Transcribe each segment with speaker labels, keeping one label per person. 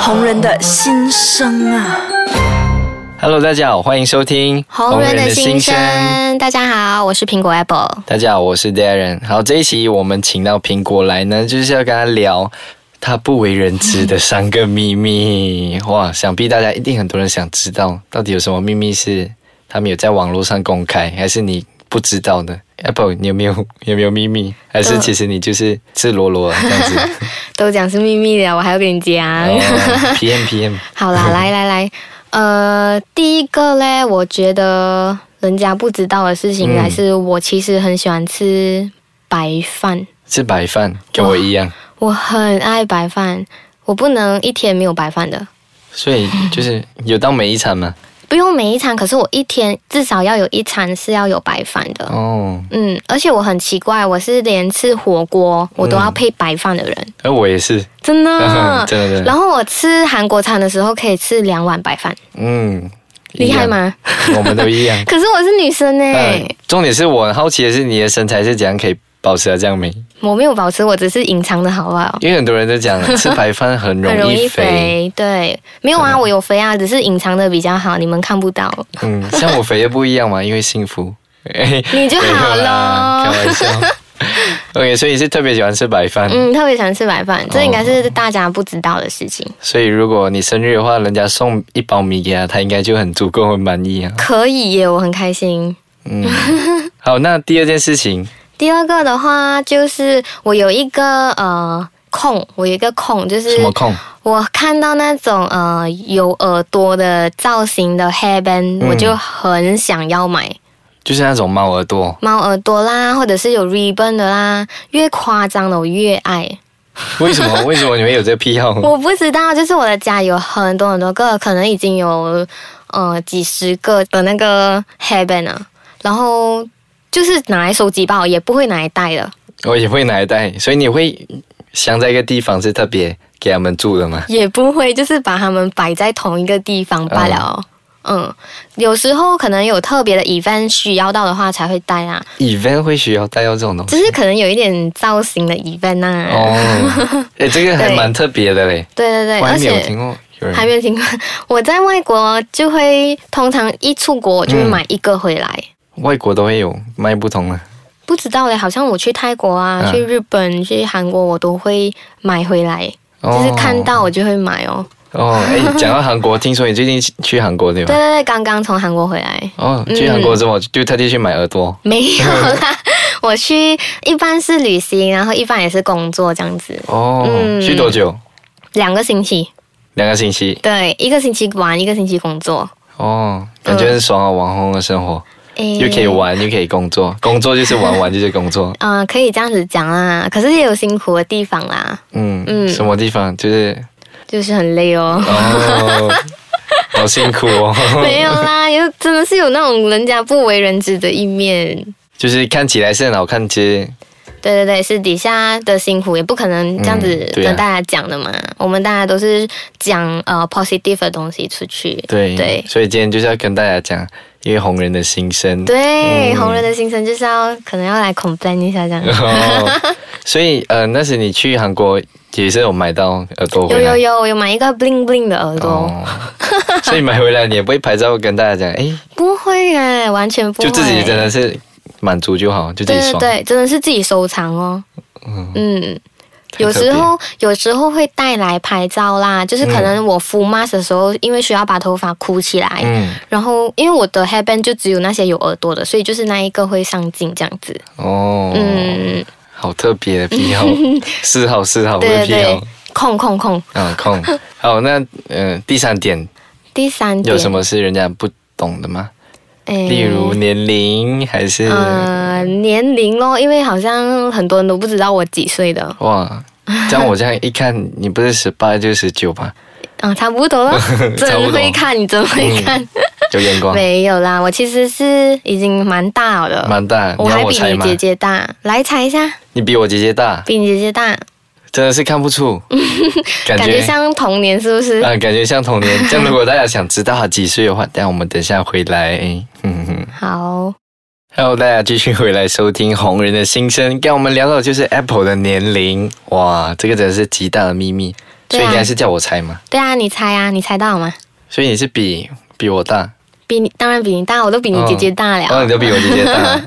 Speaker 1: 红人的心声啊。
Speaker 2: Hello，大家好，欢迎收听《
Speaker 3: 红人的心声》。大家好，我是苹果 Apple。
Speaker 2: 大家好，我是 Darren。好，这一期我们请到苹果来呢，就是要跟他聊他不为人知的三个秘密。
Speaker 3: 嗯
Speaker 2: 哇，想必大家一定很多人想知道，到底有什么秘密是他们有在网络上公开，还是你不知道的？Apple，你有没有有没有秘密？还是其实你就是赤裸裸这样子？
Speaker 3: 都讲是秘密的，我还要跟你讲。
Speaker 2: 哦 PM PM，
Speaker 3: 好 啦，来来来，呃，第一个嘞，我觉得人家不知道的事情，
Speaker 2: 嗯
Speaker 3: 还是我其实很喜欢吃白饭，
Speaker 2: 吃白饭跟我一样，
Speaker 3: 我很爱白饭，我不能一天没有白饭的。
Speaker 2: 所以就是有到每一餐嘛。
Speaker 3: 不用每一餐，可是我一天至少要有一餐是要有白饭的。
Speaker 2: 哦，
Speaker 3: 嗯，而且我很奇怪，我是连吃火锅我都要配白饭的人，
Speaker 2: 而我也是，
Speaker 3: 真 的。
Speaker 2: 真的真的。
Speaker 3: 嗯然后我吃韩国餐的时候可以吃两碗白饭，
Speaker 2: 嗯，
Speaker 3: 厉害吗？。
Speaker 2: 一 样？我们都一样
Speaker 3: 可是我是女生欸呢、
Speaker 2: 嗯，重点是我很好奇的是，你的身材是怎样可以保持到这样美？
Speaker 3: 我没有保持，我只是隐藏的好不好？
Speaker 2: 因为很多人都讲吃白饭很
Speaker 3: 很
Speaker 2: 容
Speaker 3: 容易
Speaker 2: 易肥，
Speaker 3: 肥，对，没有啊，我有肥啊，只是隐藏的比较好，你们看不到，
Speaker 2: 嗯，像我肥的不一样嘛，因为幸福。
Speaker 3: 你 就好
Speaker 2: 没有啦 开
Speaker 3: 咯。
Speaker 2: 玩笑。OK，所以你是特别喜欢吃白饭，
Speaker 3: 嗯，特别喜欢吃白饭，这应该是大家不知道的事情。
Speaker 2: 所以如果你生日的话，人家送一包米给他，他应该就很足够很满意啊。
Speaker 3: 可以耶，我很开心。
Speaker 2: 嗯，好，那第二件事情，
Speaker 3: 第二个的话就是我有一个呃空，我有一个空，就是
Speaker 2: 什么控？
Speaker 3: 我看到那种呃有耳朵的造型的 hairband，、
Speaker 2: 嗯
Speaker 3: 我就很想要买
Speaker 2: 就是那种猫耳 朵，
Speaker 3: 猫耳朵啦，或者是有 ribbon 的啦，越夸张的我越爱。
Speaker 2: 为什么？为什么你会有这个癖好？
Speaker 3: 我不知道，就是我的家有很多很多个，可能已经有呃几十个的那个 hairband 啊，然后就是拿来收集吧，也不会拿来戴的，
Speaker 2: 我也会拿来带，所以你会想在一个地方是特别给他们住的吗？
Speaker 3: 也不会就是把它们摆在同一个地方罢了。嗯，有时候可能有特别的 event 需要到的话才会戴啊，
Speaker 2: event 会需要带到这种东西
Speaker 3: 只是可能有一点造型的 event 呐、啊。
Speaker 2: 哦，哎、这个还蛮特别的嘞，
Speaker 3: 对对对，
Speaker 2: 我还
Speaker 3: 而
Speaker 2: 没有
Speaker 3: 且
Speaker 2: 听过有人
Speaker 3: 还没有听过。 我在外国就会，通常一出国我就会买一个回来。
Speaker 2: 外国都会有卖不同的，
Speaker 3: 不知道嘞，好像我去泰国啊、
Speaker 2: 嗯
Speaker 3: 去日本、去韩国，我都会买回来，
Speaker 2: 哦
Speaker 3: 就是看到我就会买哦。
Speaker 2: 哦。 哎、讲到韩国，听说你最近去韩国对吧？
Speaker 3: 对对对，刚刚从韩国回 来。
Speaker 2: 哦，去韩国之
Speaker 3: 嗯
Speaker 2: 后就特地去买耳朵，
Speaker 3: 没有啦，我去一般是旅行，然后一般也是工作这样子，
Speaker 2: 哦，
Speaker 3: 嗯
Speaker 2: 去多久？
Speaker 3: 两个星期，
Speaker 2: 两个星期，
Speaker 3: 对，一个星期玩，一个星期工作。
Speaker 2: 哦，感觉很爽啊，网红的生活，
Speaker 3: 诶
Speaker 2: 又可以玩，又可以工作，工作就是玩，玩就是工作，
Speaker 3: 啊、可以这样子讲啦，可是也有辛苦的地方啦，
Speaker 2: 嗯嗯，
Speaker 3: 嗯
Speaker 2: 什么地方就是
Speaker 3: 就是很累哦。
Speaker 2: 哦，好辛苦哦，
Speaker 3: 没有啦，有真的是有那种人家不为人知的一面。
Speaker 2: 就是看起来是很好看，其实
Speaker 3: 对对对，是底下的辛苦，也不可能这样子
Speaker 2: 嗯对啊
Speaker 3: 跟大家讲的嘛。我们大家都是讲呃 positive 的东西出去。
Speaker 2: 对
Speaker 3: 对
Speaker 2: 所以今天就是要跟大家讲，因为红人的心声。
Speaker 3: 对，
Speaker 2: 嗯
Speaker 3: 红人的心声就是要可能要来 complain 一下这样。
Speaker 2: 哦，所以呃，那时你去韩国也是有买到耳朵
Speaker 3: 有
Speaker 2: 回来，
Speaker 3: 有有，我有买一个 bling bling 的耳朵，
Speaker 2: 啊哦，所以买回来你也不会拍照跟大家讲，哎，
Speaker 3: 不会哎，完全不会。
Speaker 2: 就自己真的是满足就好，就自己
Speaker 3: 对对
Speaker 2: 爽。
Speaker 3: 对，真的是自己收藏哦。嗯，有时候有时候会带来拍照啦，就是可能我敷 mask 的时候，因为需要把头发箍起来，
Speaker 2: 嗯，
Speaker 3: 然后因为我的 hairband 就只有那些有耳朵的，所以就是那一个会上镜这样子。
Speaker 2: 哦，
Speaker 3: 嗯，
Speaker 2: 好特别的癖 好，嗜好嗜好的
Speaker 3: 对对
Speaker 2: 癖
Speaker 3: 对
Speaker 2: 好，，
Speaker 3: 控控控。
Speaker 2: 嗯，空。好，那嗯、呃第三点
Speaker 3: 第三点
Speaker 2: 有什？么是人家不懂的吗？
Speaker 3: 诶
Speaker 2: 例如年龄还是、
Speaker 3: 呃年龄咯，因为好像很多人都不知道我几岁的。
Speaker 2: 哇，这样我这样一看，你不是十八就是十九吧？，
Speaker 3: 啊，差不多了 真会看，你真会
Speaker 2: 嗯
Speaker 3: 看。
Speaker 2: 有眼光，
Speaker 3: 没有啦，我其实是已经蛮大了，
Speaker 2: 蛮大。
Speaker 3: 我
Speaker 2: 你要
Speaker 3: 还
Speaker 2: 我
Speaker 3: 比
Speaker 2: 猜
Speaker 3: 你
Speaker 2: 吗？
Speaker 3: 姐姐大。来猜一下，
Speaker 2: 你比我姐姐 大，
Speaker 3: 比你姐姐大，
Speaker 2: 真的是看不 出，感
Speaker 3: 感觉像童年是不是？
Speaker 2: 啊、感觉像童 年。这样如果大家想知道她几岁的话，等一下我们等一下回来。 嗯哼。
Speaker 3: 好，
Speaker 2: Hello，大家继续回来收听《红人的心声》。刚刚我们聊到的就是 Apple 的年龄，哇，这个真的是极大的秘密。所
Speaker 3: 对啊
Speaker 2: 以你还是叫我猜嘛。
Speaker 3: 对啊，你猜啊，你猜到吗？
Speaker 2: 所以你是比比我大，
Speaker 3: 比你当然比你大，我都比你姐姐大了。
Speaker 2: 哦，你都比我姐姐 大。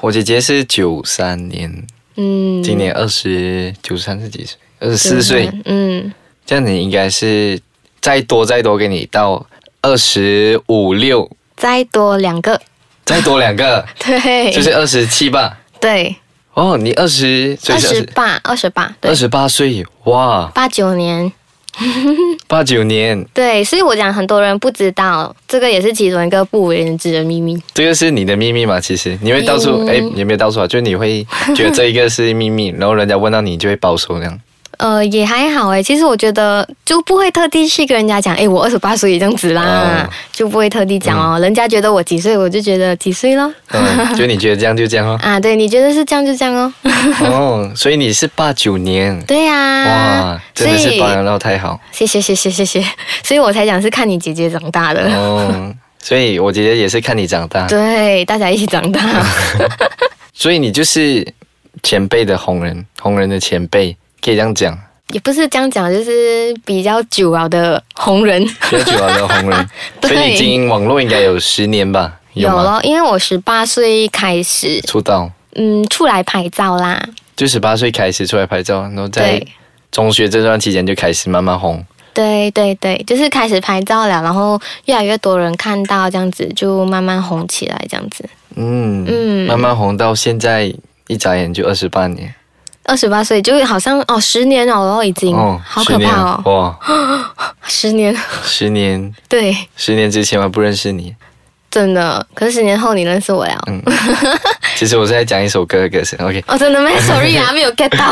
Speaker 2: 我姐姐是九三年，
Speaker 3: 嗯，
Speaker 2: 今年二十九三是几岁？二十四岁。
Speaker 3: 嗯，
Speaker 2: 这样你应该是再多再多给你到二十五六，
Speaker 3: 再多两个，
Speaker 2: 再多两个
Speaker 3: 对，
Speaker 2: 就是二十七吧。
Speaker 3: 对，
Speaker 2: 哦，你二十，所
Speaker 3: 二
Speaker 2: 以是
Speaker 3: 十
Speaker 2: 20
Speaker 3: 八，二十八，对
Speaker 2: 二，十八岁，哇，
Speaker 3: 八九年，
Speaker 2: 八九年，
Speaker 3: 对，所以我讲很多人不知道，这个也是其中一个不为人知的秘密。
Speaker 2: 这个是你的秘密嘛？其实你会到处，
Speaker 3: 嗯
Speaker 2: 哎、也没有到处啊，就是你会觉得这一个是秘 密，然后人家问到你就会保守那样。
Speaker 3: 呃，也还好哎，其实我觉得就不会特地去跟人家讲，哎，我二十八岁这样子啦，
Speaker 2: 哦
Speaker 3: 就不会特地讲哦。人家觉得我几岁，我就觉得几岁咯。
Speaker 2: 嗯，就你觉得这样就这样 哦。
Speaker 3: 啊，对，你觉得是这样就这样 哦。
Speaker 2: 哦，所以你是八九年，
Speaker 3: 对呀、啊，
Speaker 2: 哇，真的
Speaker 3: 所
Speaker 2: 是
Speaker 3: 以
Speaker 2: 保养到太好
Speaker 3: 谢谢谢谢谢谢， 所以我才讲是看你姐姐长大的。
Speaker 2: 哦。所以我姐姐也是看你长大，
Speaker 3: 对，大家一起长 大。
Speaker 2: 所以你就是前辈的红人，红人的前辈，可以这样讲，
Speaker 3: 也不是这样讲，就是比较久了的红人。
Speaker 2: 比较久了的红人。所
Speaker 3: 对
Speaker 2: 以你经营网络应该有十年吧？
Speaker 3: 有啊
Speaker 2: 吗？
Speaker 3: 咯，因为我十八岁开始，
Speaker 2: 出道
Speaker 3: 嗯，出来拍照啦。
Speaker 2: 就十八岁开始出来拍照，然后在
Speaker 3: 对
Speaker 2: 中学这段期间就开始慢慢红。
Speaker 3: 对对对，就是开始拍照了，然后越来越多人看到，这样子就慢慢红起来，这样子。
Speaker 2: 嗯
Speaker 3: 嗯
Speaker 2: 慢慢红到现在，一眨眼就二十八年
Speaker 3: 二十八岁就好像哦，十年了哦，已经，好可怕哦，
Speaker 2: 哇，
Speaker 3: 十年，
Speaker 2: 十年，
Speaker 3: 对，
Speaker 2: 十年之前我还不认识你。
Speaker 3: 真的。可是十年后你认识我了，
Speaker 2: 其实我是在讲一首歌的歌声。OK
Speaker 3: 哦，真的 吗？Sorry 啊，没有 get 到。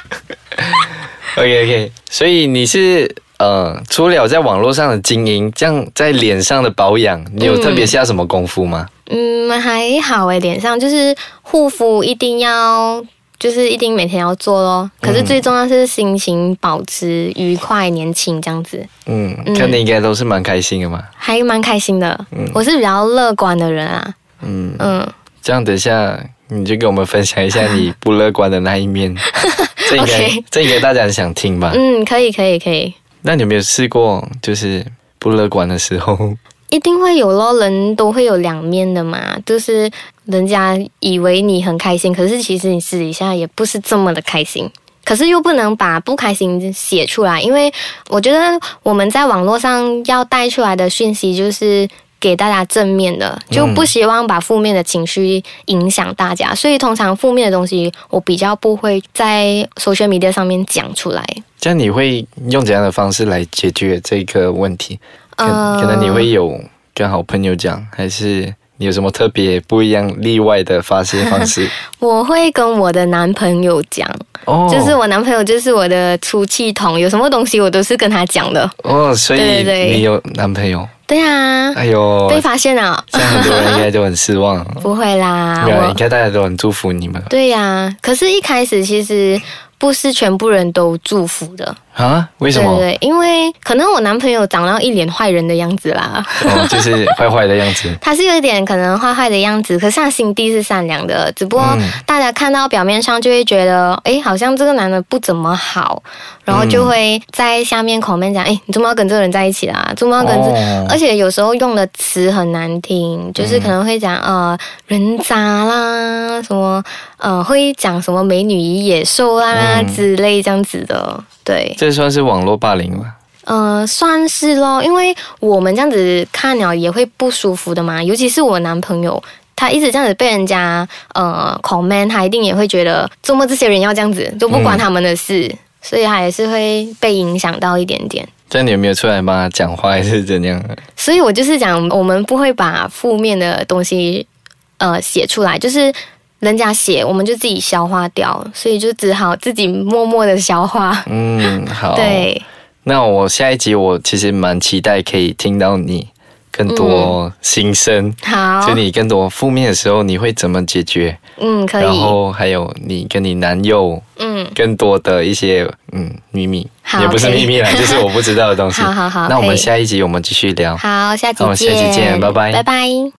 Speaker 2: OK OK，所以你是呃，除了在网络上的经营，这样在脸上的保养，你有特别下什么功夫吗？
Speaker 3: 嗯，还好诶，脸上就是护肤一定要，就是一定每天要做咯。可是最重要是心情保持愉快、年轻这样子，
Speaker 2: 嗯，
Speaker 3: 嗯
Speaker 2: 看你应该都是蛮开心的嘛。
Speaker 3: 还蛮开心的。我是比较乐观的人啊。
Speaker 2: 嗯，
Speaker 3: 嗯，
Speaker 2: 这样等一下你就跟我们分享一下你不乐观的那一面，这应该
Speaker 3: OK
Speaker 2: 这应该大家很想听吧？
Speaker 3: 嗯，可以，可以，可以，
Speaker 2: 那你有没有试过就是不乐观的时候？
Speaker 3: 一定会有咯。人都会有两面的嘛，就是人家以为你很开心，可是其实你私底下也不是这么的开心。可是又不能把不开心写出来，因为我觉得我们在网络上要带出来的讯息就是给大家正面的，就不希望把负面的情绪影响大家。所以通常负面的东西，我比较不会在 social media 上面讲出来。
Speaker 2: 这样你会用怎样的方式来解决这个问题？可
Speaker 3: 呃
Speaker 2: 可能你会有跟好朋友讲，还是你有什么特别不一样、例外的发泄方 式？
Speaker 3: 我会跟我的男朋友讲，
Speaker 2: 哦，
Speaker 3: 就是我男朋友就是我的出气筒，有什么东西我都是跟他讲的。
Speaker 2: 哦，所以
Speaker 3: 对对
Speaker 2: 你有男朋友？
Speaker 3: 对啊，
Speaker 2: 哎 呦，
Speaker 3: 被发现了，
Speaker 2: 这样很多人应该都很失望。
Speaker 3: 不会啦，
Speaker 2: 没有啦，应
Speaker 3: 啊我
Speaker 2: 该大家都很祝福你们
Speaker 3: 对呀、可是一开始其实不是全部人都祝福的，
Speaker 2: 啊？为什
Speaker 3: 对
Speaker 2: 么？
Speaker 3: 对，因为可能我男朋友长到一脸坏人的样子啦。。
Speaker 2: 哦，就是坏坏的样子
Speaker 3: 他是有一点可能坏坏的样子，可是他心地是善良的，只不过
Speaker 2: 嗯
Speaker 3: 大家看到表面上就会觉得，哎、好像这个男的不怎么好，然后就
Speaker 2: 嗯
Speaker 3: 会在下面 comment 讲，哎、你怎么要跟这个人在一起啦？怎么要跟这？
Speaker 2: 哦
Speaker 3: 而且有时候用的词很难听，就是可能会讲、呃人渣啦，什么呃会讲什么美女与野兽啦、
Speaker 2: 嗯
Speaker 3: 之类这样子的，对。
Speaker 2: 这算是网络霸凌吧？
Speaker 3: 呃，算是咯，因为我们这样子看了也会不舒服的嘛，尤其是我男朋友。他一直这样子被人家呃 comment，他一定也会觉得周末这些人要这样子，都不管他们的事，所以他也是会被影响到一点点。
Speaker 2: 这样你有没有出来帮他讲话，还是怎样？
Speaker 3: 所以我就是讲，我们不会把负面的东西呃写出来，就是人家写，我们就自己消化掉，所以就只好自己默默的消化。
Speaker 2: 嗯，好。。
Speaker 3: 对，
Speaker 2: 那我下一集我其实蛮期待可以听到你更多心声，
Speaker 3: 嗯好
Speaker 2: 就，你更多负面的时候你会怎么解决，
Speaker 3: 嗯，可
Speaker 2: 然
Speaker 3: 以，
Speaker 2: 后还有你跟你男友
Speaker 3: 嗯，
Speaker 2: 更多的一些嗯秘密，
Speaker 3: 好
Speaker 2: 也不是
Speaker 3: 可以
Speaker 2: 秘密啦，就是我不知道的东西。
Speaker 3: 好好好，
Speaker 2: 那我
Speaker 3: 可
Speaker 2: 们
Speaker 3: 以
Speaker 2: 下一集我们继续聊。
Speaker 3: 好，下期
Speaker 2: 那我们下期见拜拜
Speaker 3: 拜拜。